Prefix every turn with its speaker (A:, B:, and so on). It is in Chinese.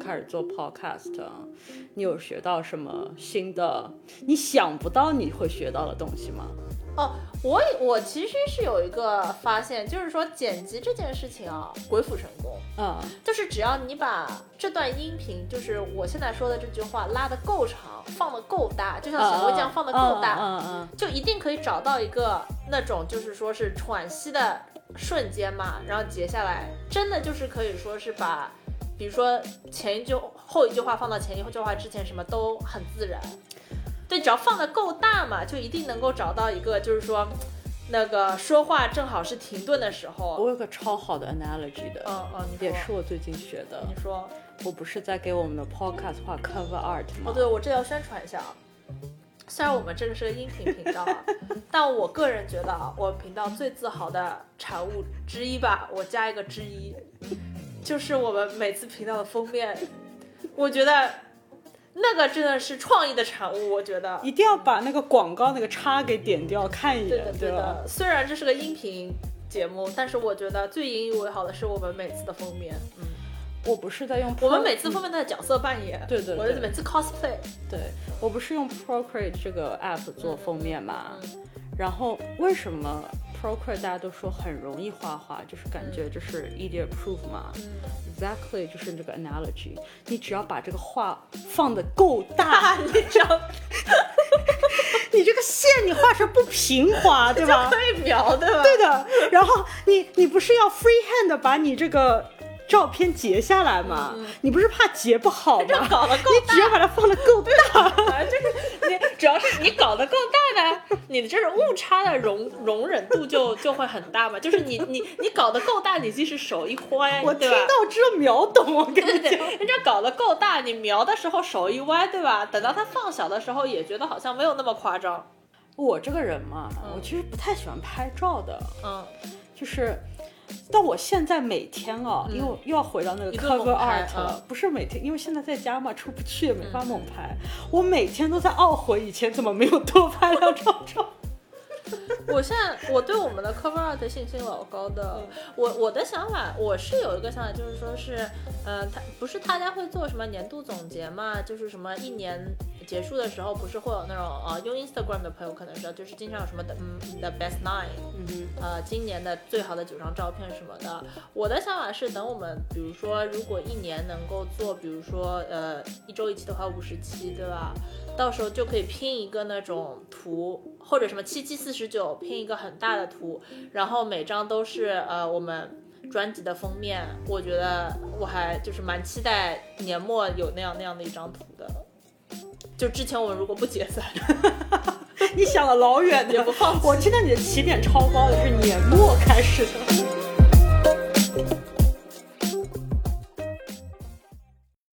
A: 开始做 podcast，你有学到什么新的？你想不到你会学到的东西吗？
B: 哦，我我其实是有一个发现，就是说剪辑这件事情啊，鬼斧神工。
A: 嗯，
B: 就是只要你把这段音频，就是我现在说的这句话拉得够长，放得够大，就像小薇这样放得够大，
A: 嗯嗯嗯嗯
B: 就一定可以找到一个那种就是说是喘息的瞬间嘛，然后截下来，真的就是可以说是把，比如说前一句后一句话放到前一句话之前，什么都很自然。对，只要放的够大嘛，就一定能够找到一个，就是说，那个说话正好是停顿的时
A: 嗯
B: 候。
A: 我有个超好的 analogy 的，
B: 嗯嗯，你
A: 也
B: 说，
A: 是我最近学的。
B: 你说，
A: 我不是在给我们的 podcast 画 cover art 吗？
B: 哦，对，我这要宣传一下啊。虽然我们这个是个音频频道啊，但我个人觉得啊，我频道最自豪的产物之一吧，我加一个之一，就是我们每次频道的封面，我觉得那个真的是创意的产物，我觉得。
A: 一定要把那个广告那个叉给点掉，看一眼，
B: 对的，对
A: 吧？
B: 的。虽然这是个音频节目，但是我觉得最引以为豪的是我们每次的封面。嗯，
A: 我不是在用 Pro,
B: 我们每次封面都在角色扮演。
A: 嗯对对对
B: 我的每次 cosplay。
A: 对我不是用 Procreate 这个 app 做封面嘛？
B: 嗯，
A: 然后为什么 Procreate 大家都说很容易画画，就是感觉
B: 嗯
A: 就是 easy approve 嘛、e x a c t l y 就是这个 analogy，你只要把这个画放的够 大，
B: 啊你只要
A: 你这个线你画成不平 滑，对吧？
B: 可以描，对吧？
A: 对的，然后你你不是要 freehand 把你这个照片截下来吗？
B: 嗯
A: 你不是怕截不好 吗？
B: 搞得够
A: 你只要把它放的够大，
B: 大，就是你，只要是你搞得够大呢，你的这种误差的容容忍度就就会很大嘛。就是你你你搞得够大，你即使手一挥，
A: 我
B: 对
A: 听
B: 吧？
A: 到只有秒懂。我跟
B: 对
A: 你
B: 对
A: 讲，
B: 对，人家搞得够大，你瞄的时候手一歪，对吧？等到它放小的时候，也觉得好像没有那么夸张。
A: 我这个人嘛，
B: 嗯
A: 我其实不太喜欢拍照的，
B: 嗯，
A: 就是。但我现在每天啊，因为我又要回到那个
B: 一顿
A: cover
B: 嗯猛拍
A: art
B: 嗯
A: 了，不是每天，因为现在在家嘛，出不去也没法猛拍。我每天都在懊悔，以前怎么没有多拍两张照。
B: 我现在我对我们的 cover art 信心老高的。我我的想法，我是有一个想法，就是说是，呃，他不是大家会做什么年度总结嘛？就是什么一年结束的时候，不是会有那种呃，用 Instagram 的朋友可能知道，就是经常有什么的嗯 the best nine，
A: 嗯哼，
B: 呃，今年的最好的九张照片什么的。我的想法是，等我们比如说，如果一年能够做，比如说呃一周一期的话，五十期，对吧？到时候就可以拼一个那种图，或者什么七七四十九拼一个很大的图，然后每张都是呃我们。专辑的封面，我觉得我还就是蛮期待年末有那样那样的一张图的。就之前我们如果不解散，
A: 你想的老远
B: 也
A: 的
B: 不，放弃
A: 我听到你的起点超高的是年末开始的。